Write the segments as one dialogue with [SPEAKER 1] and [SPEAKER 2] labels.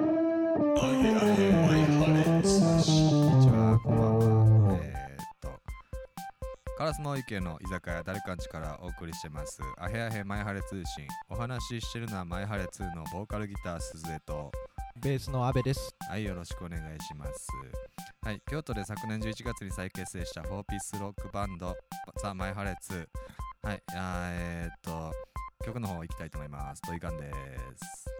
[SPEAKER 1] はいはいはいはい。
[SPEAKER 2] こんにちは、こんばんは。えーっと、カラスの池の居酒屋、誰かんちからお送りしてます。アヘアヘマイハレ通信。お話ししてるのはマイハレ2のボーカルギター、鈴江と。
[SPEAKER 3] ベースの阿部です。
[SPEAKER 2] はい、よろしくお願いします。はい、京都で昨年11月に再結成した4ピースロックバンド、ザ・マイハレ2。はい、あーえーっと、曲の方行きたいと思います。トイガンです。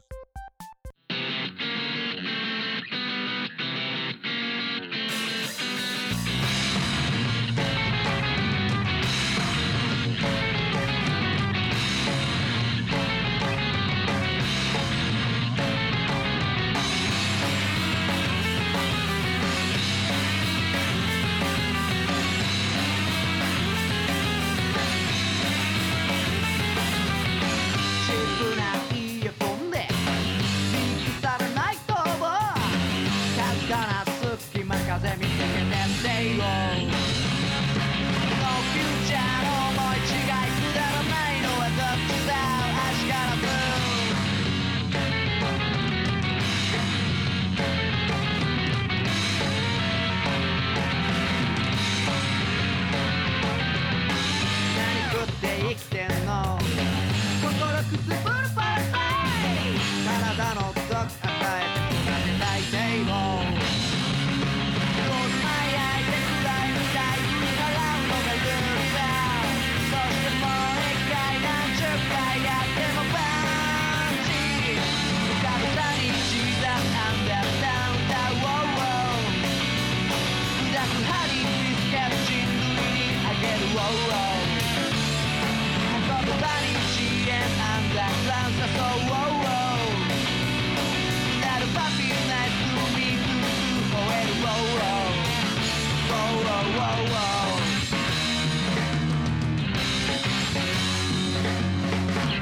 [SPEAKER 4] 「シンプルなイヤホンで響きされないと思う」「静かな隙間風見つけてってよ」「このフューチャーの思い違いくだらないのはどっちだ足からず」「何食って生きてんの?」心くすぶるパラダイ体の毒与えて育ててきた大帝王どんな焼いてくらいみたいに笑うのが許さそしてもう一回何十回やってもパンチ浮かべたに刻んでダウンダウン砕く針につける人類にあげる wow, wow. 言葉に支援アンダーグラウンドそう wow なるパピーナイスミートゥー吠える wow wow wow wow wow のフューチャーの思い違いくだらないのはどっちだ重なる隙間風見つけてってよこのフューチャーの思い違いくだらないのはどっちだ足からずかす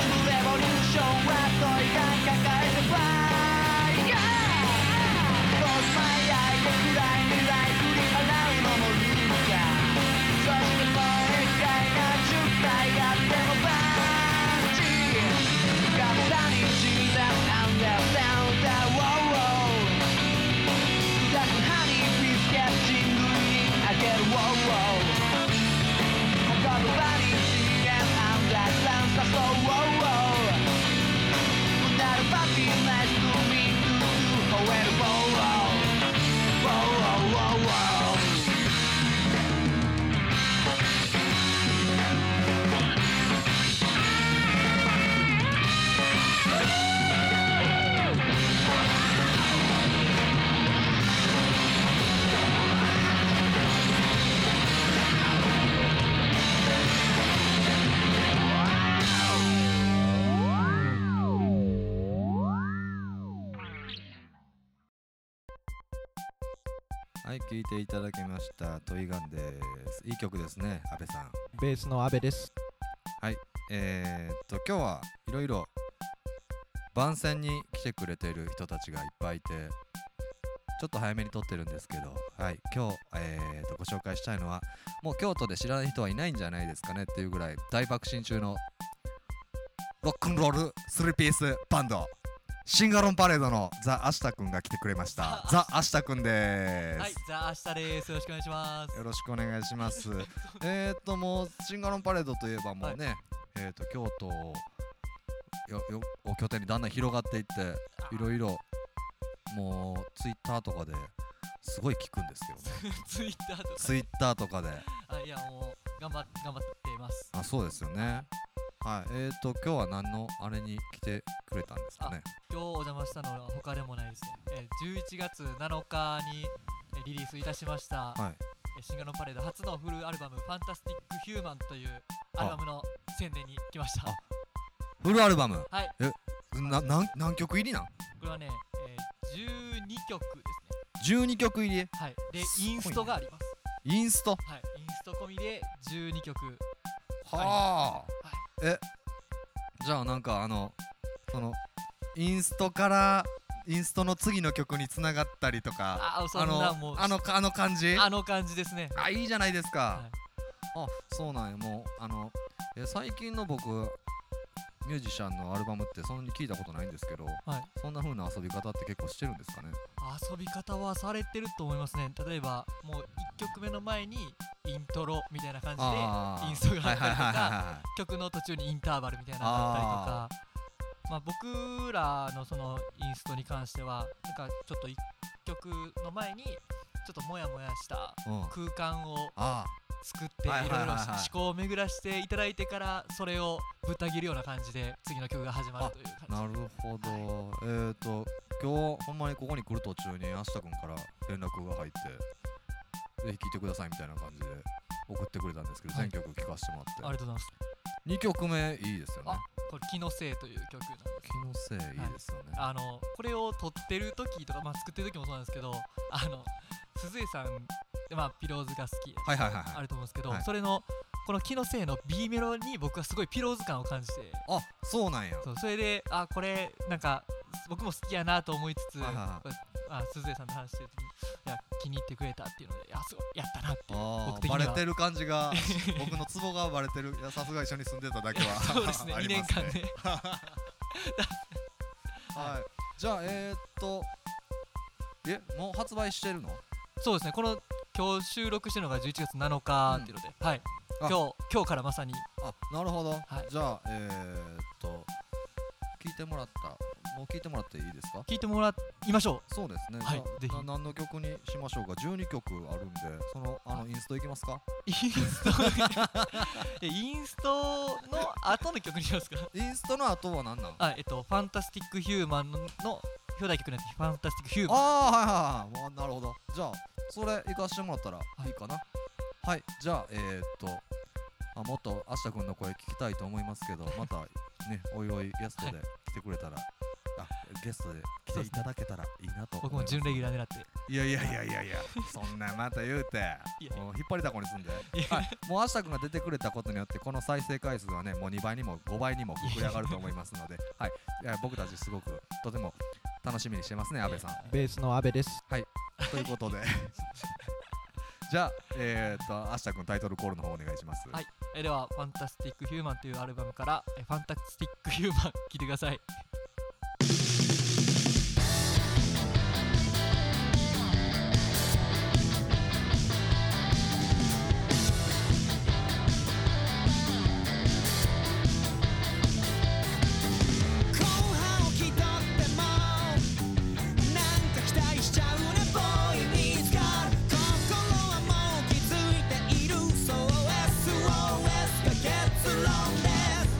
[SPEAKER 4] むレボリューションは問いが抱えてファイヤーロスマイアイで暗い未来振り払うのもリムかそしてもう一回何十回やってもパンチガブタに沈んだアンダーサウンダーウォーウォー「ハニービスケット人類にあげる」「ウォーウォー」「運ぶ場に資源アンダーランサそう」「ウォーウォー」「うなるパピーナイスグミングー吠える」「ウォーウォー」「ウォーウォーウォーウォー」
[SPEAKER 2] はい、聴いていただきました。トイガンです。いい曲ですね、安部さん。
[SPEAKER 3] ベースの阿部です。
[SPEAKER 2] えー、っと、今日はいろいろ番宣に来てくれてる人たちがいっぱいいて、ちょっと早めに撮ってるんですけど、はい、今日、えー、っと、ご紹介したいのは、もう京都で知らない人はいないんじゃないですかねっていうぐらい大爆心中のロックンロール3ピースバンド、シンガロンパレードのザ・アシタくんが来てくれました。ザ・アシタくんです。
[SPEAKER 5] はい、じゃあ明日です。よろしくお願いします。
[SPEAKER 2] よろしくお願いします。 えーっともうシンガロンパレードといえばもうね、えーっと京都をよよを拠点にだんだん広がっていっていろいろもうツイッターとかですごい聞くんですよね。
[SPEAKER 5] ツイッターと
[SPEAKER 2] ツイッターとかで
[SPEAKER 5] か。あ、いや、もう、頑張っ、頑張ってます。
[SPEAKER 2] あそうですよね。はいえーっと今日は何のあれに来てくれたんですかね。
[SPEAKER 5] 今日お邪魔したのは他でもないですね。えー、11月7日にえーリリースいたしました、
[SPEAKER 2] はい
[SPEAKER 5] えーシンガロンパレード初のフルアルバム、ファンタスティック・ヒューマンというアルバムの宣伝に来ました。
[SPEAKER 2] あフルアルバム
[SPEAKER 5] はい。
[SPEAKER 2] な何何曲入りなん
[SPEAKER 5] これはね、えー、12曲ですね
[SPEAKER 2] ?12 曲入り
[SPEAKER 5] はいです
[SPEAKER 2] ご
[SPEAKER 5] イ
[SPEAKER 2] いね
[SPEAKER 5] ンストがあります
[SPEAKER 2] インスト
[SPEAKER 5] はいインスト込みで12曲
[SPEAKER 2] はあ、
[SPEAKER 5] は
[SPEAKER 2] えじゃあなんかあのそのインストからインストの次の曲につながったりとか
[SPEAKER 5] ああそ
[SPEAKER 2] あ
[SPEAKER 5] んなもう
[SPEAKER 2] のあのあの感じ
[SPEAKER 5] あの感じですね
[SPEAKER 2] あいいじゃないですか、あそうなんやもうあのえ最近の僕ミュージシャンのアルバムってそんなに聞いたことないんですけど、
[SPEAKER 5] はい
[SPEAKER 2] そんな風な遊び方って結構してるんですかね
[SPEAKER 5] 遊び方はされてると思いますね例えばもう1曲目の前にイントロみたいな感じ
[SPEAKER 2] あー
[SPEAKER 5] でインストがあ
[SPEAKER 2] は
[SPEAKER 5] っ
[SPEAKER 2] い
[SPEAKER 5] た
[SPEAKER 2] はい
[SPEAKER 5] りと
[SPEAKER 2] はい
[SPEAKER 5] か
[SPEAKER 2] は
[SPEAKER 5] 曲の途中にインターバルみたいなのがあったりとかまあ、僕らのそのインストに関してはなんかちょっと1曲の前にちょっとモヤモヤした
[SPEAKER 2] いはいうん
[SPEAKER 5] 空間を
[SPEAKER 2] あ
[SPEAKER 5] 作っていろ
[SPEAKER 2] はいい
[SPEAKER 5] ろ
[SPEAKER 2] はいはい
[SPEAKER 5] 思
[SPEAKER 2] はい
[SPEAKER 5] 考を巡らしていただいてからそれをぶった切るような感じで次の曲が始まるという感じ
[SPEAKER 2] あなるほど、えーと今日ほんまにここに来る途中にあしたくんから連絡が入ってぜひ聴いてくださいみたいな感じで送ってくれたんですけど、
[SPEAKER 5] はい
[SPEAKER 2] 全曲聴かせても
[SPEAKER 5] あり
[SPEAKER 2] らっ
[SPEAKER 5] がとうございます
[SPEAKER 2] て2曲目いいですよね
[SPEAKER 5] あこれ「気のせい」という曲なんです
[SPEAKER 2] 気のせいいいですよね、
[SPEAKER 5] あのこれを撮ってる時とか、まあ、作ってる時もそうなんですけどあの鈴江さん、まあ、ピローズが好き
[SPEAKER 2] はいはいはい
[SPEAKER 5] あ
[SPEAKER 2] はい
[SPEAKER 5] ると思うんですけど、
[SPEAKER 2] はい
[SPEAKER 5] それのこの「気のせい」の B メロに僕はすごいピローズ感を感じて
[SPEAKER 2] あそうなんや
[SPEAKER 5] そうそれであこれなんか僕も好きやなと思いつつ、
[SPEAKER 2] はいはいはい
[SPEAKER 5] これあ鈴江さんと話してる時にいや気に入ってくれたっていうのでいやすごいやったなっていう
[SPEAKER 2] あ
[SPEAKER 5] 僕
[SPEAKER 2] ー
[SPEAKER 5] 的
[SPEAKER 2] バ
[SPEAKER 5] に
[SPEAKER 2] レ
[SPEAKER 5] は
[SPEAKER 2] てる感 じが僕のツボがバレてるいやさすが一緒に住んでただけ は
[SPEAKER 5] そうですね
[SPEAKER 2] あ
[SPEAKER 5] 2
[SPEAKER 2] り
[SPEAKER 5] 年
[SPEAKER 2] ます
[SPEAKER 5] 間で、
[SPEAKER 2] はいじゃあえー、っとえもう発売してるの
[SPEAKER 5] そうですねこの今日収録してるのが11月7日っていうので、はい今
[SPEAKER 2] あ
[SPEAKER 5] 日今日からまさに
[SPEAKER 2] あなるほど、
[SPEAKER 5] はい
[SPEAKER 2] じゃあえー、っと聞いてもらったもう聞いてもらっていいですか
[SPEAKER 5] 聞いてもらいましょ
[SPEAKER 2] そうですね、
[SPEAKER 5] はい
[SPEAKER 2] じゃあ
[SPEAKER 5] ぜひ
[SPEAKER 2] な何の曲にしましょうか12曲あるんでそのあのインストいきますか
[SPEAKER 5] うインス トいやインストの後の曲にしますか
[SPEAKER 2] インストの後は何なんあ
[SPEAKER 5] あえっと「ファンタスティック・ヒューマンの」表題曲のやつ「ファンタスティック・ヒューマン
[SPEAKER 2] あーはいはいはいもうなるほどじゃあそれ行かしてもらったらいいかなはい、じゃあえー、っとあもっとあしたくんの声聞きたいと思いますけどまたねおいおいゲストで来てくれたら、あゲストで来ていただけたらいいなと」思い
[SPEAKER 5] 僕
[SPEAKER 2] ま
[SPEAKER 5] も
[SPEAKER 2] す
[SPEAKER 5] 準レギュラー狙って
[SPEAKER 2] いやいやいやいやいやそんなまた言うて
[SPEAKER 5] いや
[SPEAKER 2] もう引っ張りだこにすんで、
[SPEAKER 5] いや
[SPEAKER 2] はい、もうあしたくんが出てくれたことによってこの再生回数はねもう2倍にも5倍にも膨れ上がると思いますので、はい、いや僕たちすごくとても楽しみにしてますね阿部さん。
[SPEAKER 3] ベースの阿部です。
[SPEAKER 2] という ことでじゃあえー、っとあしたくんタイトルコールの方お願いします。
[SPEAKER 5] はいえでは「ファンタスティック・ヒューマン」というアルバムから「えファンタスティック・ヒューマン」聴いてください
[SPEAKER 4] 後半を気取ってもなんか期待しちゃうねボーイミーズガール心はもう気づいている SOSOS が結論です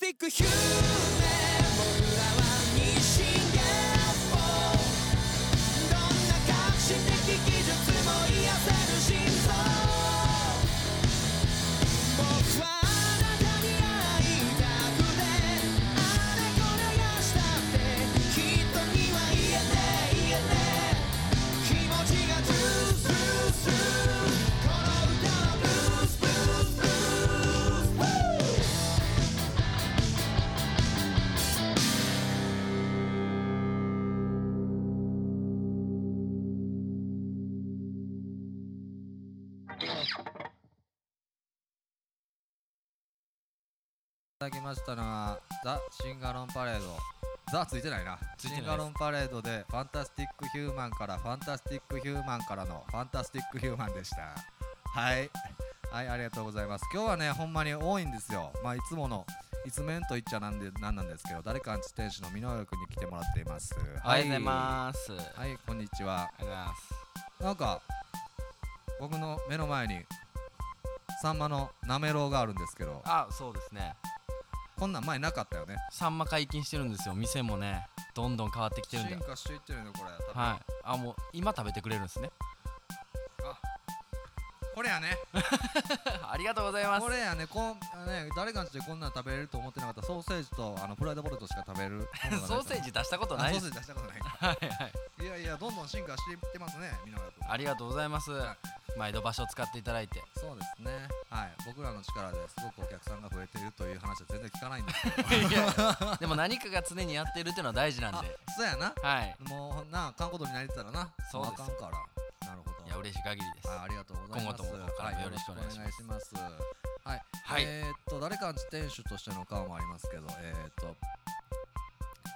[SPEAKER 6] 行くヒューメン僕らは西野をどんな革新的技術も癒せる心臓僕はあなたに会いたくてあれこれがしたって人には言えて言えて気持ちがトゥーストゥーストゥーこの歌はブルースブルースブルースブルース
[SPEAKER 2] ただきましたのはザ・シンガロンパレードザついてないな
[SPEAKER 5] ついてない
[SPEAKER 2] シンガロンパレードでファンタスティックヒューマンからファンタスティックヒューマンからのファンタスティックヒューマンでしたはいはいありがとうございます今日はねほんまに多いんですよまあいつものいつめんと言っちゃなんでなんなんですけど誰かんち店主の箕浦君に来てもらっています
[SPEAKER 7] おはようございます。
[SPEAKER 2] すはいこんにちは
[SPEAKER 7] おはようございます。
[SPEAKER 2] なんか僕の目の前にサンマのなめろうがあるんですけど
[SPEAKER 7] あ、そうですね。
[SPEAKER 2] こんなん前なかったよね
[SPEAKER 7] サンマ解禁してるんですよ。店もね、どんどん変わってきてるんで
[SPEAKER 2] 進。化していってるねこれ多分
[SPEAKER 7] はい。あ、もう今食べてくれるんですね。
[SPEAKER 2] これやね
[SPEAKER 7] ありがとうございます
[SPEAKER 2] こ。れやねこんね誰かんちでこんなん食べれると思ってなかったソーセージとあのフライドポテトしか食べれるものがないから
[SPEAKER 7] ソーセージ出したこと
[SPEAKER 2] あ
[SPEAKER 7] ない
[SPEAKER 2] ソ
[SPEAKER 7] で
[SPEAKER 2] ーセージ
[SPEAKER 7] す。
[SPEAKER 2] 出したことないか
[SPEAKER 7] はいは
[SPEAKER 2] い
[SPEAKER 7] い。
[SPEAKER 2] やいやどんどん進化していってますねみんなが
[SPEAKER 7] ありがとうございます
[SPEAKER 2] は。
[SPEAKER 7] 毎度場所を使っていた だいて。
[SPEAKER 2] そうですねはい僕らの力ですごくお客さんが増えているという話は全然聞かないんですけど
[SPEAKER 7] いや でも何かが常にやっているっていうのは大事なん
[SPEAKER 2] あ
[SPEAKER 7] で。
[SPEAKER 2] そうやな
[SPEAKER 7] はい。
[SPEAKER 2] もうなあかんことになりてたらな
[SPEAKER 7] そうです
[SPEAKER 2] もあかんからなるほど
[SPEAKER 7] いや、嬉しい限りです。
[SPEAKER 2] はいありがとうございます。
[SPEAKER 7] 今後ともここからもよろしくお願いし
[SPEAKER 2] はお
[SPEAKER 7] ます
[SPEAKER 2] 願いしますはい、
[SPEAKER 7] はい
[SPEAKER 2] えーっと誰かの店主としての顔もありますけど、えーっと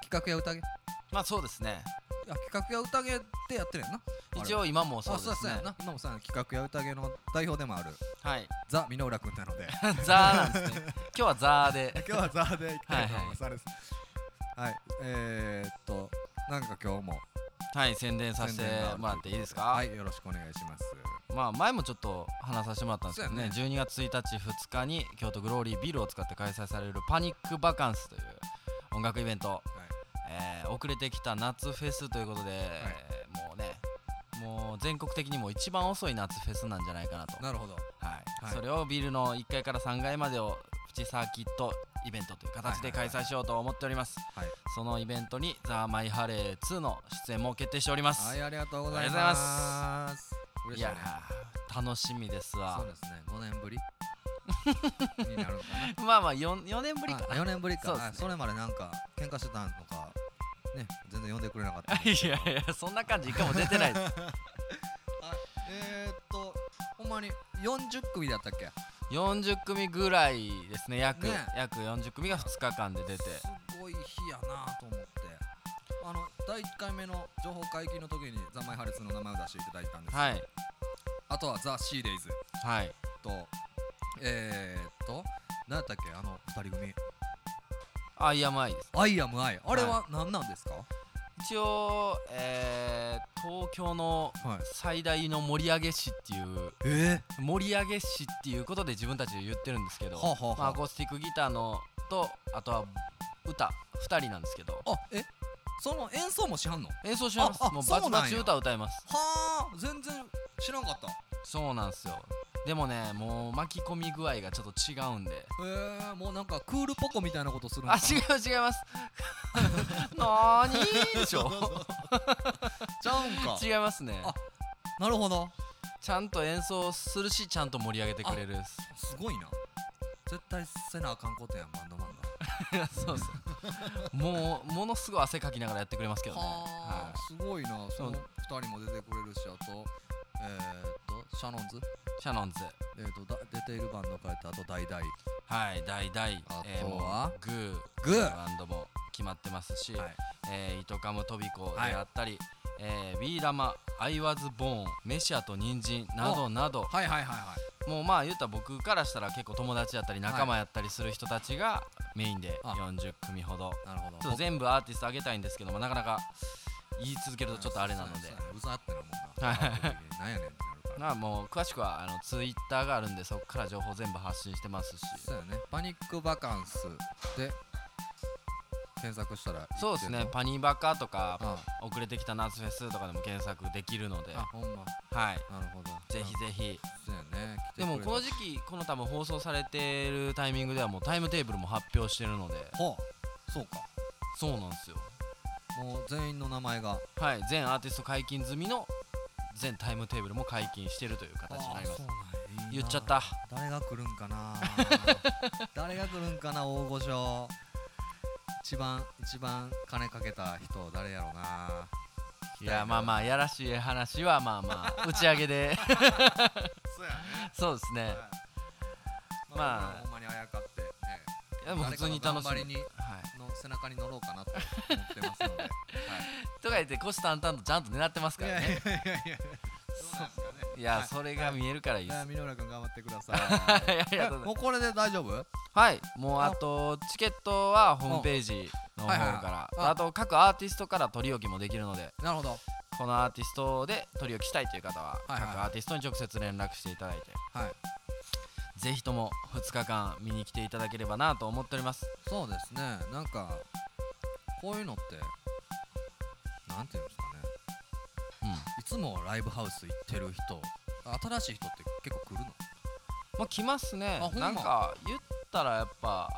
[SPEAKER 2] 企画や宴、
[SPEAKER 7] まあそうですね。
[SPEAKER 2] あ企画や宴ってやってるやんな。
[SPEAKER 7] 一
[SPEAKER 2] あれ
[SPEAKER 7] 応今も
[SPEAKER 2] あ
[SPEAKER 7] そ
[SPEAKER 2] そうう
[SPEAKER 7] です
[SPEAKER 2] そうや
[SPEAKER 7] ね。
[SPEAKER 2] な。今もさ企画や宴の代表でもある
[SPEAKER 7] はい。
[SPEAKER 2] ザ箕浦君なので、
[SPEAKER 7] ザーなんですね。 今日はザーで。
[SPEAKER 2] 今日はザーで行きたいと思います。あれですはい、えーっとなんか今日も
[SPEAKER 7] はい、宣伝させて
[SPEAKER 2] 宣伝があるということ
[SPEAKER 7] もらっていいですか。
[SPEAKER 2] はいよろしくお願いします。
[SPEAKER 7] まあ前もちょっと話させてもらったんですけどね
[SPEAKER 2] そ
[SPEAKER 7] 12月1日2日に京都グローリービルを使って開催されるパニックバカンスという音楽イベント、えー遅れてきた夏フェスということで、もうねもう全国的にも一番遅い夏フェスなんじゃないかなと
[SPEAKER 2] なるほど。
[SPEAKER 7] はい
[SPEAKER 2] はい
[SPEAKER 7] それをビルの1階から3階までをプチサーキットイベントという形で開催しようと思っております、
[SPEAKER 2] はい
[SPEAKER 7] そのイベントに「ザ・マイ・ハレー2」の出演も決定しております、
[SPEAKER 2] はいありがとうござい
[SPEAKER 7] ありがとうご
[SPEAKER 2] ます。嬉し
[SPEAKER 7] い
[SPEAKER 2] いね
[SPEAKER 7] や。ー楽しみですわ
[SPEAKER 2] そうですね、5年 ぶりになるのか
[SPEAKER 7] まあまあ 4, 4年ぶり
[SPEAKER 2] な。
[SPEAKER 7] か
[SPEAKER 2] あ4年ぶりか
[SPEAKER 7] そ
[SPEAKER 2] そ,、
[SPEAKER 7] うですね
[SPEAKER 2] あそれまでなんか喧嘩してたのか、ね、全然呼んでくれなかったん
[SPEAKER 7] い
[SPEAKER 2] ですけど。
[SPEAKER 7] やいやそんな感じ一回も出てないです
[SPEAKER 2] えー、っと、ほんまに40組だったっけ
[SPEAKER 7] 40組ぐらいですね約
[SPEAKER 2] ね
[SPEAKER 7] 約40組が2日間で出て
[SPEAKER 2] すごい日やなと思って。あの第1回目の情報解禁の時にザ・マイ・ハレスの名前を出していただいたんですけど、
[SPEAKER 7] はい
[SPEAKER 2] あとはザ・シーデイズ
[SPEAKER 7] はい
[SPEAKER 2] とえー、っと何やったっけあの2人組
[SPEAKER 7] あいやまあいいです
[SPEAKER 2] I am I あれは何なんですか、
[SPEAKER 7] 一応えー東京の
[SPEAKER 2] はい
[SPEAKER 7] 最大の盛り上げ師っていう
[SPEAKER 2] え
[SPEAKER 7] 盛り上げ師っていうことで自分たちで言ってるんですけど
[SPEAKER 2] はあはあはあ
[SPEAKER 7] まアコースティックギターのとあとは歌2人なんですけど
[SPEAKER 2] ー、あえその演奏もしはんの
[SPEAKER 7] 演奏します
[SPEAKER 2] ああ
[SPEAKER 7] もう
[SPEAKER 2] そう
[SPEAKER 7] バ
[SPEAKER 2] なんや
[SPEAKER 7] チバチ歌歌います
[SPEAKER 2] はあ全然知らんかったへ
[SPEAKER 7] そうなんですよでもねもう巻き込み具合がちょっと違うんで
[SPEAKER 2] えー、もうなんかクールポコみたいなことするの
[SPEAKER 7] あ
[SPEAKER 2] か
[SPEAKER 7] 違う違 いますなーにーでしょ
[SPEAKER 2] ちゃうんか
[SPEAKER 7] 違いますね
[SPEAKER 2] あなるほど
[SPEAKER 7] ちゃんと演奏するしちゃんと盛り上げてくれるっす
[SPEAKER 2] すごいな絶対せなあかんことやんバンドマンが
[SPEAKER 7] そうそうもうものすごい汗かきながらやってくれますけどね
[SPEAKER 2] はあ、
[SPEAKER 7] はい
[SPEAKER 2] すごいなその
[SPEAKER 7] そう
[SPEAKER 2] 2人も出てくれるしあとえー、っとシャノンズ
[SPEAKER 7] シャノンズ
[SPEAKER 2] えー、っとだ出ているバンド変えてあとダイダイ
[SPEAKER 7] はい大大
[SPEAKER 2] あ
[SPEAKER 7] えー
[SPEAKER 2] と
[SPEAKER 7] もう
[SPEAKER 2] は
[SPEAKER 7] グー
[SPEAKER 2] グー
[SPEAKER 7] バンドも決まってますし、
[SPEAKER 2] はい
[SPEAKER 7] えー、イトカムトビコであったり、えービー玉アイワズボーンメシアとニンジンなどなど
[SPEAKER 2] はいはいはいはい
[SPEAKER 7] もうまあ言ったら僕からしたら結構友達やったり仲間やったりする人たちがメインで
[SPEAKER 2] あ
[SPEAKER 7] 40組ほど
[SPEAKER 2] なるほど
[SPEAKER 7] ちょっと全部アーティストあげたいんですけどもなかなか言い続けるとちょっとあれなので
[SPEAKER 2] うざってなもんな
[SPEAKER 7] は
[SPEAKER 2] なんやねんってなるから
[SPEAKER 7] まあもう詳しくはあのツイッターがあるんでそこから情報全部発信してますし
[SPEAKER 2] そうやねパニックバカンスで検索したら
[SPEAKER 7] そうですね
[SPEAKER 2] パ
[SPEAKER 7] パニバカとか
[SPEAKER 2] あ
[SPEAKER 7] 遅れてきた夏フェスとかでも検索できるので
[SPEAKER 2] あほんま
[SPEAKER 7] はい
[SPEAKER 2] なるほど
[SPEAKER 7] ぜひぜひ
[SPEAKER 2] そうやね来て
[SPEAKER 7] でもこの
[SPEAKER 2] くれ
[SPEAKER 7] 時期この多分放送されてるタイミングではもうタイムテーブルも発表してるので
[SPEAKER 2] たほうそうか
[SPEAKER 7] そうなんですよ
[SPEAKER 2] もう全員の名前が
[SPEAKER 7] はい全アーティスト解禁済みの全タイムテーブルも解禁してるという形になります言っちゃった
[SPEAKER 2] 誰が来るんか な誰が来るんかな大御所一番一番金かけた人誰やろうない
[SPEAKER 7] やまあまあやらしい話はまあま あ打ち上げで
[SPEAKER 2] そうやね
[SPEAKER 7] そうです ね
[SPEAKER 2] まあ、
[SPEAKER 7] まあ
[SPEAKER 2] ほんまにあやかって、ね、
[SPEAKER 7] いやもう普通に楽しみ
[SPEAKER 2] 誰かの頑張りに
[SPEAKER 7] はい
[SPEAKER 2] の背中に乗ろうかなと思ってます ので、はい、
[SPEAKER 7] とか言って虎視眈々とちゃんと狙ってますからね
[SPEAKER 2] いやいやいやそうなんですかね
[SPEAKER 7] い
[SPEAKER 2] は
[SPEAKER 7] や
[SPEAKER 2] い
[SPEAKER 7] それが見えるからいい
[SPEAKER 2] い
[SPEAKER 7] です
[SPEAKER 2] や箕浦君頑張ってくださ
[SPEAKER 7] いやい
[SPEAKER 2] い
[SPEAKER 7] や
[SPEAKER 2] え もうこれで大丈夫
[SPEAKER 7] はいもうあとチケットはホームページの方
[SPEAKER 2] はい
[SPEAKER 7] か
[SPEAKER 2] はいはい
[SPEAKER 7] ら
[SPEAKER 2] あ
[SPEAKER 7] あと各アーティストから取り置きもできるので
[SPEAKER 2] なるほど
[SPEAKER 7] このアーティストで取り置きしたいという方は
[SPEAKER 2] はいはい
[SPEAKER 7] 各アーティストに直接連絡していただいて
[SPEAKER 2] はい
[SPEAKER 7] ぜひとも2日間見に来ていただければなと思っております
[SPEAKER 2] そうですねなんかこういうのってなんていうんですかね
[SPEAKER 7] うん
[SPEAKER 2] いつもライブハウス行ってる人新しい人って結構来るの
[SPEAKER 7] もう来ますね
[SPEAKER 2] あほんま
[SPEAKER 7] なんか言ったらやっぱ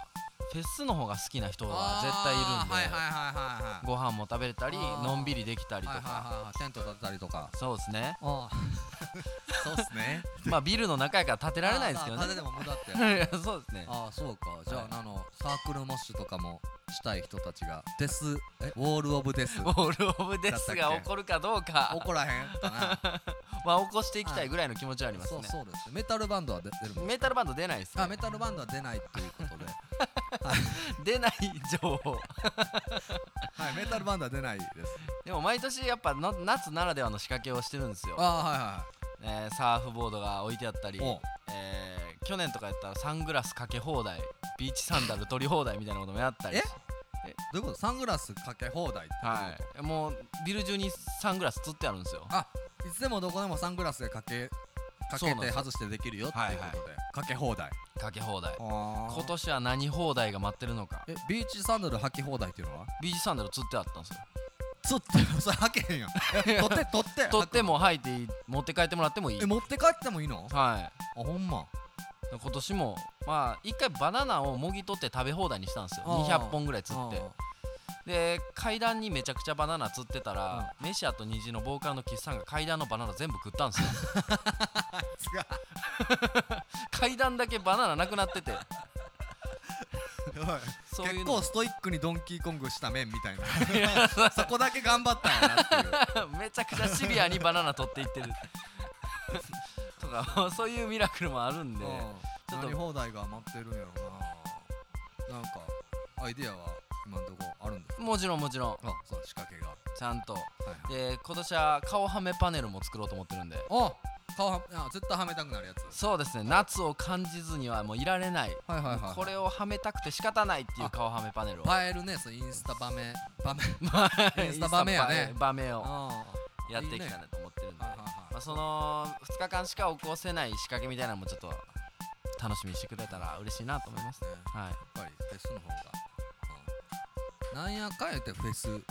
[SPEAKER 7] フェスの方が好きな人は絶対いるんで、
[SPEAKER 2] あーはいはいはいはいはい
[SPEAKER 7] ご飯も食べれたり
[SPEAKER 2] あー
[SPEAKER 7] のんびりできたりと
[SPEAKER 2] はい
[SPEAKER 7] か、
[SPEAKER 2] はいはいはいテント立てたりとか
[SPEAKER 7] そうですね
[SPEAKER 2] ああ そうっす ね
[SPEAKER 7] まあビルの中やから建てられないですけど
[SPEAKER 2] ああ立て
[SPEAKER 7] ね
[SPEAKER 2] ても無駄って
[SPEAKER 7] いや そうですね
[SPEAKER 2] ああそうかじゃあ、
[SPEAKER 7] はい
[SPEAKER 2] あのサークルモッシュとかもしたい人たちがデスえウォール・オブ・デス
[SPEAKER 7] ウォール・オブ・デスが起こるかどう か
[SPEAKER 2] 怒らへんかな
[SPEAKER 7] まあ起こしていきたいぐらいの気持ちはありま す
[SPEAKER 2] そう
[SPEAKER 7] ね
[SPEAKER 2] そうですねメタルバンドは出出るもん
[SPEAKER 7] メタルバンド出ないですね
[SPEAKER 2] あメタルバンドは出ないということで
[SPEAKER 7] 出ない情報
[SPEAKER 2] はいメタルバンドは出ないです
[SPEAKER 7] でも毎年やっぱな夏ならではの仕掛けをしてるんですよ、
[SPEAKER 2] あ
[SPEAKER 7] えーサーフボードが置いてあったり
[SPEAKER 2] はいはいはいお
[SPEAKER 7] えー去年とかやったらサングラスかけ放題ビーチサンダル取り放題みたいなこともやったり
[SPEAKER 2] えどういうことサングラスかけ放題ってどういうこと
[SPEAKER 7] はいもうビル中にサングラス釣ってあるんですよ
[SPEAKER 2] あいつでもどこでもサングラスでかけか
[SPEAKER 7] そう
[SPEAKER 2] け
[SPEAKER 7] なんで
[SPEAKER 2] て
[SPEAKER 7] す
[SPEAKER 2] 外してできるよっていうことで、かけ放題
[SPEAKER 7] かけ放題今
[SPEAKER 2] 今
[SPEAKER 7] 年は何放題が待ってるのか
[SPEAKER 2] えビーチサンダル履き放題って いうのは
[SPEAKER 7] ビーチサンダル釣ってあったんですよ
[SPEAKER 2] ちょっとそれ履けへんやんえ取って取って
[SPEAKER 7] 取っても履いていい持って帰ってもらってもいい
[SPEAKER 2] え持って帰ってもいいのあ
[SPEAKER 7] はい
[SPEAKER 2] ほんま
[SPEAKER 7] 今年もまあ一回バナナをもぎ取って食べ放題にしたんですよ
[SPEAKER 2] あー
[SPEAKER 7] 200本ぐらい釣
[SPEAKER 2] あ
[SPEAKER 7] ってで階段にめちゃくちゃバナナ釣ってたらメシアと虹のボーカルの岸さんが階段のバナナ全部食ったん ですよ階段だけバナナなくなってて
[SPEAKER 2] ーやばい
[SPEAKER 7] そういう
[SPEAKER 2] 結
[SPEAKER 7] の
[SPEAKER 2] 構ストイックにドンキーコングした面みたいな
[SPEAKER 7] いやそう
[SPEAKER 2] そこだけ頑張ったんやなって いう
[SPEAKER 7] めちゃくちゃシビアにバナナ取って いってるとかもうそういうミラクルもあるんで
[SPEAKER 2] ち
[SPEAKER 7] ち
[SPEAKER 2] ょ
[SPEAKER 7] ょ
[SPEAKER 2] っ
[SPEAKER 7] っ
[SPEAKER 2] と
[SPEAKER 7] と
[SPEAKER 2] 何放題が待ってるんやろななんかアイディアは今んとこあるんですか
[SPEAKER 7] もちろんもちろん
[SPEAKER 2] あそう仕掛けが、
[SPEAKER 7] ちゃんと
[SPEAKER 2] はいはい、
[SPEAKER 7] で今年は顔はめパネルも作ろうと思ってるんで
[SPEAKER 2] あ顔はあ絶対はめたくなるやつ
[SPEAKER 7] そうですね夏を感じずにはもういられない
[SPEAKER 2] はいはい
[SPEAKER 7] これをはめたくて仕方ないっていう顔はめパネルを
[SPEAKER 2] 映えるねそうインスタ場面場面インスタ場
[SPEAKER 7] 場
[SPEAKER 2] 面
[SPEAKER 7] 面
[SPEAKER 2] や ね
[SPEAKER 7] 場面を
[SPEAKER 2] あ
[SPEAKER 7] やっていきたいなと思ってるんで
[SPEAKER 2] あはいはい
[SPEAKER 7] ま
[SPEAKER 2] は
[SPEAKER 7] あ、その2日間しか起こせない仕掛けみたいなのもちょっと楽しみにしてくれたら嬉しいなと思います
[SPEAKER 2] いねや
[SPEAKER 7] はい
[SPEAKER 2] っぱりフェスの方が、うん、なんやかんやってフェスフ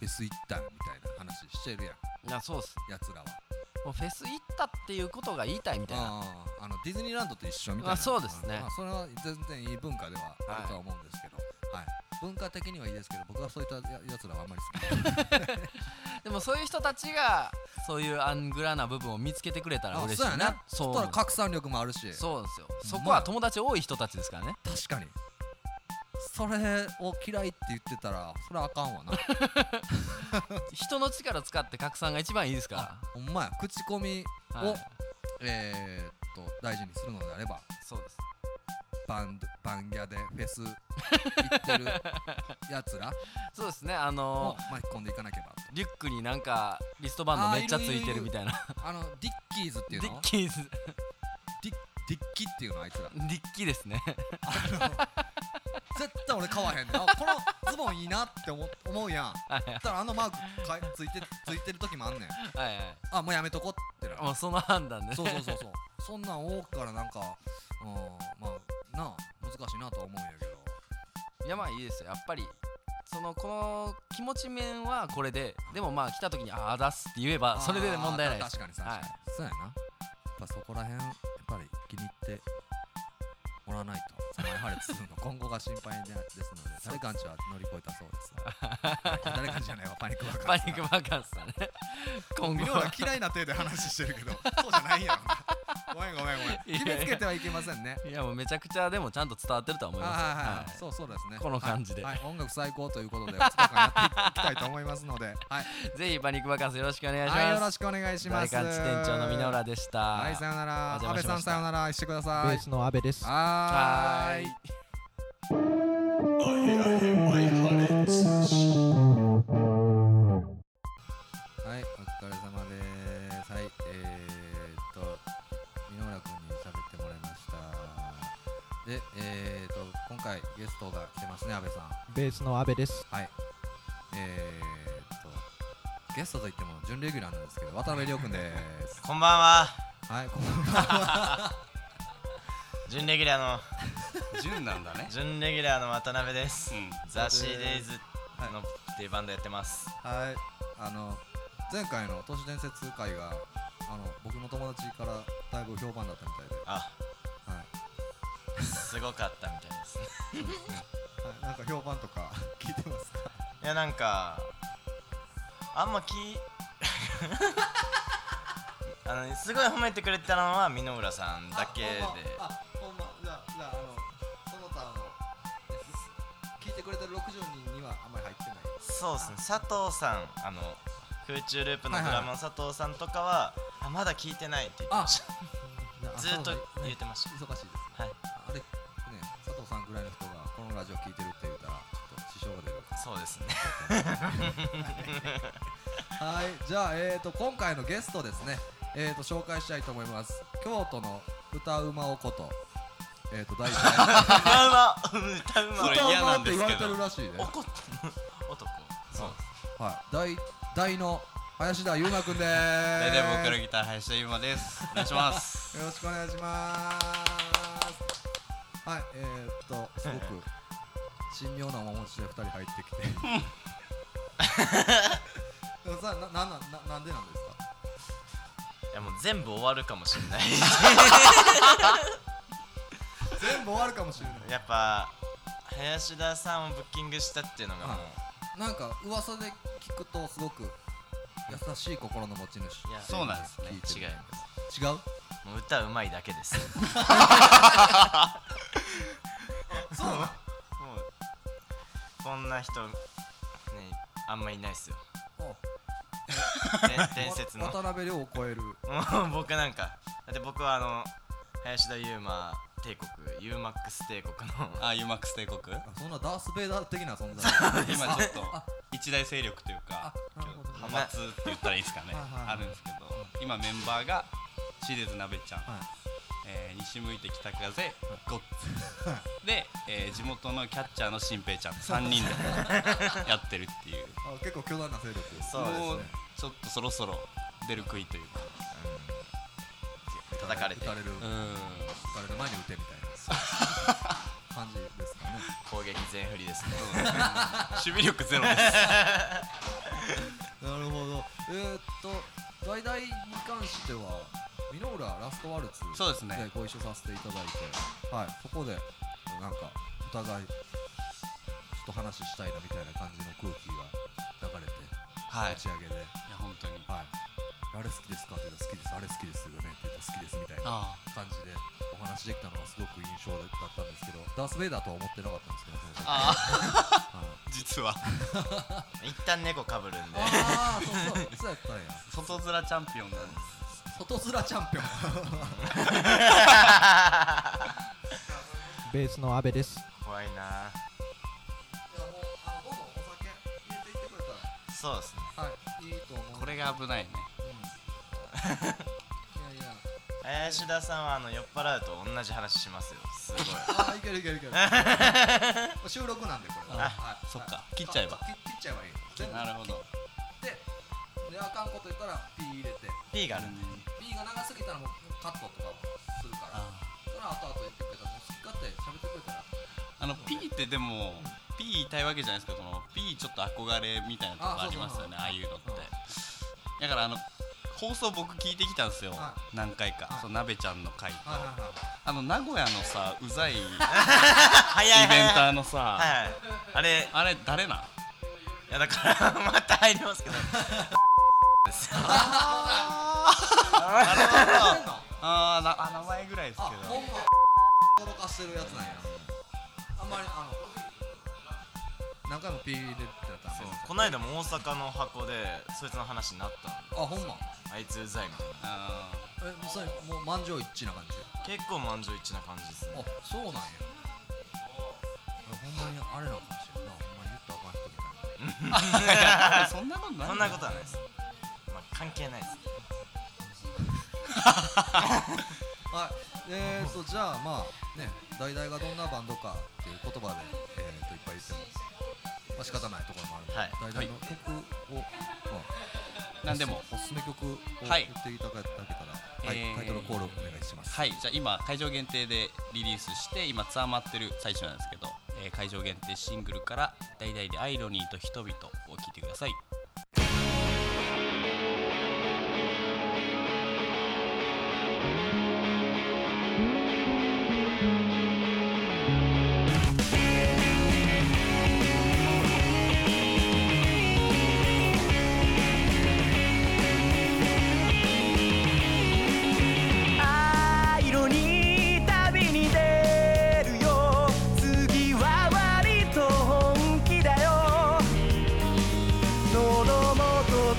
[SPEAKER 2] ェス行ったみたいな話してるやん
[SPEAKER 7] いやそうっす
[SPEAKER 2] やつらは
[SPEAKER 7] もうフェス行ったっていうことが言いたいみたいな
[SPEAKER 2] あああのディズニーランドと一緒みたいな
[SPEAKER 7] あそうですね
[SPEAKER 2] まあ、それは全然いい文化ではあるとは思うんですけど、はい文化的にはいいですけど僕はそういったややつらはあんまり好きじゃない
[SPEAKER 7] でもそういう人たちがそういうアングラな部分を見つけてくれたら
[SPEAKER 2] あ
[SPEAKER 7] 嬉し
[SPEAKER 2] そうや
[SPEAKER 7] い
[SPEAKER 2] ね
[SPEAKER 7] な
[SPEAKER 2] そ
[SPEAKER 7] そう
[SPEAKER 2] したら拡散力もあるし
[SPEAKER 7] そうなんですよ
[SPEAKER 2] ん
[SPEAKER 7] そこは友達多い人たちですからね
[SPEAKER 2] 確かにそれを嫌いって言ってたらそれはあかん わな
[SPEAKER 7] 人の力使って拡散が一番いいですか
[SPEAKER 2] ほんまや口コミ
[SPEAKER 7] ら、
[SPEAKER 2] お
[SPEAKER 7] はい、
[SPEAKER 2] えー、っと大事にするのであれば
[SPEAKER 7] そうです
[SPEAKER 2] バンドバンギャでフェス行ってるやつら
[SPEAKER 7] そうです ねあ
[SPEAKER 2] を
[SPEAKER 7] の
[SPEAKER 2] 巻き込んでいかなければ
[SPEAKER 7] リュックになんかリストバンドめっちゃついてるみたいな
[SPEAKER 2] あのディッキーズってい
[SPEAKER 7] デ
[SPEAKER 2] う
[SPEAKER 7] ィ
[SPEAKER 2] の
[SPEAKER 7] ッキーズ
[SPEAKER 2] ディッディッキっていうのあいつら
[SPEAKER 7] ディッキーで すね
[SPEAKER 2] 絶対俺買わ へんねんあこのズボンいいなって思思うやん
[SPEAKER 7] はい
[SPEAKER 2] だからあのマークかいついてついてる時もあんねん
[SPEAKER 7] はい
[SPEAKER 2] あもうやめとこってな
[SPEAKER 7] はいもうその判断で
[SPEAKER 2] そうそうそうそうそんなん多くからなんかうんまあなあ難しいなとは思うんやけど
[SPEAKER 7] やまあいいですよやっぱりそのこの気持ち面はこれででもまあ来た時に「ああ出す」って言えばそれで問題ない
[SPEAKER 2] あ
[SPEAKER 7] で
[SPEAKER 2] ー
[SPEAKER 7] す
[SPEAKER 2] 確かに確かに、
[SPEAKER 7] は
[SPEAKER 2] そうやなやっぱそこら辺やっぱり気に入ってもらわないと再破裂す るの今後が心配でですので誰かんちは乗り越えたそう です、はい誰かんちじゃないわパニックばっ
[SPEAKER 7] パ
[SPEAKER 2] か
[SPEAKER 7] ニックバカンスだ ね今後
[SPEAKER 2] 妙
[SPEAKER 7] は
[SPEAKER 2] な嫌いな手で話してるけ どそうじゃないやろなごめんごめんごめん
[SPEAKER 7] いや
[SPEAKER 2] 決めつけてはいけませんね
[SPEAKER 7] いやもうめちゃくちゃでもちゃんと伝わってるとは思いますよ
[SPEAKER 2] はいはいはい、
[SPEAKER 7] はい
[SPEAKER 2] そうそうですね
[SPEAKER 7] この感じで
[SPEAKER 2] はいはい音楽最高ということで2日間やっていきたいと思いますのではい、
[SPEAKER 7] ぜひパニックバカンスよろしくお願いします、
[SPEAKER 2] はい、よろしくお願いします
[SPEAKER 7] 大観地店長の箕浦でした
[SPEAKER 2] はいさよなら
[SPEAKER 7] お
[SPEAKER 2] 安
[SPEAKER 7] 邪魔
[SPEAKER 2] 倍
[SPEAKER 7] し
[SPEAKER 2] さ
[SPEAKER 7] ま
[SPEAKER 2] ん
[SPEAKER 7] し
[SPEAKER 2] さ
[SPEAKER 7] た
[SPEAKER 2] よならしてくださ
[SPEAKER 3] ベ
[SPEAKER 2] い
[SPEAKER 3] ースの阿部です。
[SPEAKER 2] は
[SPEAKER 7] は
[SPEAKER 2] ー
[SPEAKER 7] ー
[SPEAKER 2] い
[SPEAKER 7] い
[SPEAKER 1] Pirates.
[SPEAKER 2] はい、お疲れ様です。はい、えー、っと、井村君に喋ってもらいました。で、えー、っと、今回ゲストが来てますね、阿部さん。
[SPEAKER 3] ベースの阿部です。
[SPEAKER 2] はい。えー、っと、ゲストといっても準レギュラーなんですけど、渡辺亮君です。
[SPEAKER 8] こんばんは
[SPEAKER 2] はい、こんばんは。
[SPEAKER 8] 準レギュラー
[SPEAKER 7] 純なんだね
[SPEAKER 8] の準レギュラーの渡辺です、ザ・シーデイズ
[SPEAKER 2] はい
[SPEAKER 8] のっていうバンドやってます、
[SPEAKER 2] はい、あの、前回の都市伝説会が、あの、僕の友達からだいぶ評判だったみたいで、
[SPEAKER 8] あ
[SPEAKER 2] はい。
[SPEAKER 8] すごかったみたいです
[SPEAKER 2] はい、なんか評判とか 聞いてますか
[SPEAKER 8] いやなんかあんまき あのねすごい褒めてくれたのは箕浦さんだけで
[SPEAKER 2] あほんまじゃあじゃああのその他の聞いてくれてる60人にはあんまり入ってない
[SPEAKER 8] そうですね佐藤さんあの空中ループのドラマの佐藤さんとかは、あまだ聞いてないって言ってましたずーっと言ってました
[SPEAKER 2] 忙しいですね
[SPEAKER 8] はい
[SPEAKER 2] あれね佐藤さんぐらいの人がこのラジオ聞いてるって言ったらちょっと支障が出る
[SPEAKER 8] そうですね
[SPEAKER 2] はいじゃあえーと今回のゲストですねえーと紹介したいと思います京都の歌うまおことえーと大 体
[SPEAKER 8] 歌うま歌う ま
[SPEAKER 2] 歌うまって言われてるらしいね
[SPEAKER 8] 怒って男そう
[SPEAKER 2] はい大大の林田優馬くんでーす
[SPEAKER 9] 大体ボーカルギター林田ゆうまです。お願いします。
[SPEAKER 2] よろしくお願いします。はい、えー、っと、すごく神妙な面持ちで二人入ってきて。 でもさ、な、なんなん、ななんでなんですか。
[SPEAKER 8] いやもう全部終わるかもしれない
[SPEAKER 2] 全部終わるかもしれない。
[SPEAKER 8] やっぱ林田さんをブッキングしたっていうのがもう、
[SPEAKER 2] はなんか噂で聞くと、すごく優しい心の持ち主。
[SPEAKER 8] いや
[SPEAKER 9] そうなんですね
[SPEAKER 2] 聞いて
[SPEAKER 8] 違い
[SPEAKER 2] る
[SPEAKER 8] ま
[SPEAKER 2] 違う。
[SPEAKER 8] すもう歌うまいだけです
[SPEAKER 2] そうなの。
[SPEAKER 8] もうこんな人ねあんまいないっすよ
[SPEAKER 2] お
[SPEAKER 8] で伝説の
[SPEAKER 2] わ渡辺亮を超える。
[SPEAKER 8] もう僕なんかだって僕はあの林田悠馬帝国 u マックス帝国の
[SPEAKER 9] あ、ユーマックス帝国。
[SPEAKER 2] あそんなダースベイダー的な存在。
[SPEAKER 9] 今ちょっと一大勢力というか、
[SPEAKER 2] あなるほど
[SPEAKER 9] 派閥って言ったらいいですかね。
[SPEAKER 2] はいはい
[SPEAKER 9] あるんですけど、今メンバーがシリーズなべちゃん、
[SPEAKER 2] はい
[SPEAKER 9] えー西向いて北風、ゴッツ。で、えー地元のキャッチャーの新平ちゃん、三人でやってるっていう。
[SPEAKER 2] あ結構巨大な勢力。
[SPEAKER 8] そうですね
[SPEAKER 9] もうちょっとそろそろ出る杭というか、
[SPEAKER 8] 叩かれて
[SPEAKER 2] 打たれる。
[SPEAKER 9] うん、
[SPEAKER 2] 打たれる前に打てみたいな 感じですかね。
[SPEAKER 8] 攻撃全振りですね
[SPEAKER 9] 守備力ゼロです。
[SPEAKER 2] なるほど。えー、っと、代々に関しては、ミノーララストワルツ
[SPEAKER 9] そうですね
[SPEAKER 2] ご一緒させていただいて、はい、そこで、なんか、お互い、ちょっと話したいなみたいな感じの空気が流れて、
[SPEAKER 9] はい。い
[SPEAKER 2] 打ち上げで、はい、
[SPEAKER 9] や本当に。
[SPEAKER 2] あれ好きですかって言うと好きです、あれ好きですよねって言うと好きですみたいな
[SPEAKER 9] あ
[SPEAKER 2] 感じで、お話できたのがすごく印象だったんですけど、ダース・ベイダーとは思ってなかったんですけど、その時
[SPEAKER 9] あ、実は。
[SPEAKER 8] 一旦猫かぶる んで
[SPEAKER 2] ああ、そう そう、そうやったんや。
[SPEAKER 9] 外面チャンピオンなんです。
[SPEAKER 2] 外面チャンピオン。
[SPEAKER 3] ベースの阿部です。
[SPEAKER 8] 怖いなそうですね
[SPEAKER 2] はい、いいと思う。
[SPEAKER 9] これが危ないね。
[SPEAKER 2] いやいや。
[SPEAKER 8] 林田さんはあの酔っ払うと同じ話しますよすごい
[SPEAKER 2] あー、いけるいけるい ける。収録なんでこれは。はい
[SPEAKER 9] そっか
[SPEAKER 2] は
[SPEAKER 9] 切っちゃえば
[SPEAKER 2] あ切切っちゃえばいい。全部
[SPEAKER 9] なるほど。
[SPEAKER 2] 切って、であかんこと言ったら P 入れて、
[SPEAKER 8] P があるんで
[SPEAKER 2] P が長すぎたらもうカットとかもするから。それは後々言ってくれたら、もう好き勝手喋ってくれたら。
[SPEAKER 9] あの P ってでも言いたいわけじゃないですけどその P ちょっと憧れみたいなとこありますよねああいうのってだからあの放送僕聞いてきたんですよ
[SPEAKER 2] は
[SPEAKER 9] 何回かそのなべちゃんの回と
[SPEAKER 2] はいはいはい
[SPEAKER 9] あの名古屋のさうざいイベン
[SPEAKER 8] 早い早い
[SPEAKER 9] タ
[SPEAKER 8] は
[SPEAKER 9] ーのさ
[SPEAKER 8] いはいあれい
[SPEAKER 9] あれ誰なん
[SPEAKER 8] やだから また入りますけど
[SPEAKER 9] あーなあ名前ぐらいですけど
[SPEAKER 2] ほのかしてるやつなんやあんまりあの何回もピー入れてたらダメです
[SPEAKER 8] この間も大阪の箱でそいつの話になった
[SPEAKER 2] あほんま
[SPEAKER 8] のあいつうざいみたい
[SPEAKER 9] あ
[SPEAKER 2] えそれもう満場一致な感じ
[SPEAKER 8] な結構満場一致な感じです
[SPEAKER 2] あ
[SPEAKER 8] ね
[SPEAKER 2] そうなんやほんまにあれなのかもしれんないなほんまに言ったらあかん人みたいな
[SPEAKER 9] ーそんなことない
[SPEAKER 8] そんなことはないですまあ関係ないです
[SPEAKER 2] はい、えーとじゃあまあね大々がどんなバンドかっていう言葉で、えー、といっぱい言っても、まあ、仕方ないところもあるので、
[SPEAKER 9] はい
[SPEAKER 2] 大々の曲を、まあ、
[SPEAKER 9] 何でも
[SPEAKER 2] おすすめ曲を言
[SPEAKER 9] はい
[SPEAKER 2] っていただけたら、はい
[SPEAKER 9] えー
[SPEAKER 2] タイトルコールお願いします、
[SPEAKER 9] はいじゃあ今会場限定でリリースして今ツアー回ってる最中なんですけど、えー会場限定シングルから「大々でアイロニーと人々」を聴いてください
[SPEAKER 4] 「色に旅に出るよ」「次は割と本気だよ」「ノ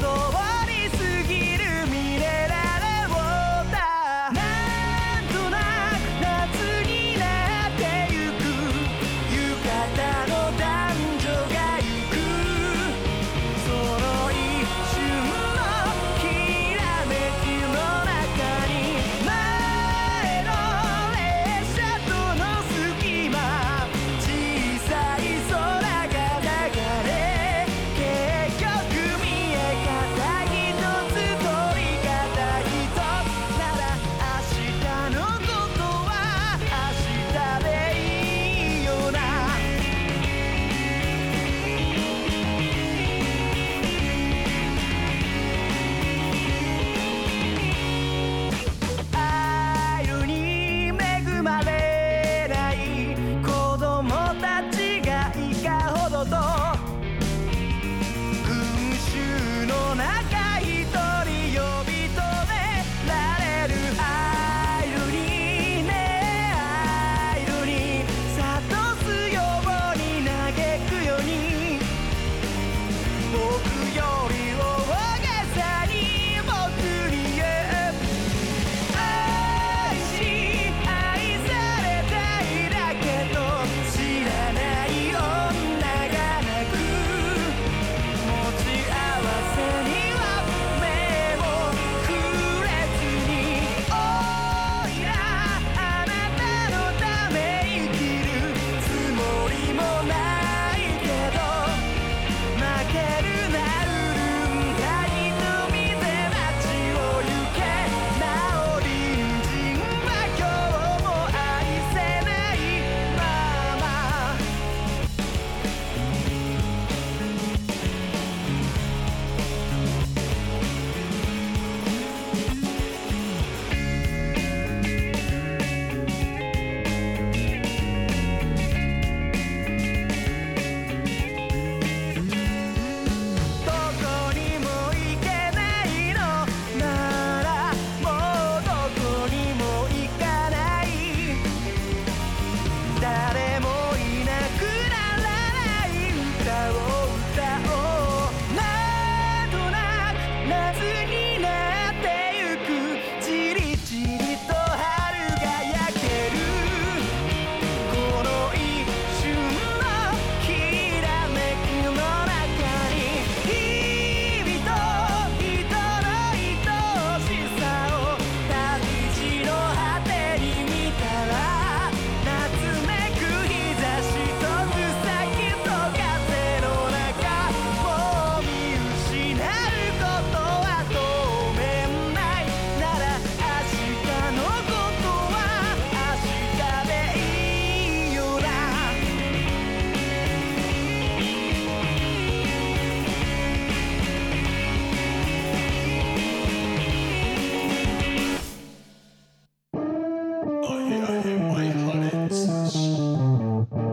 [SPEAKER 2] あ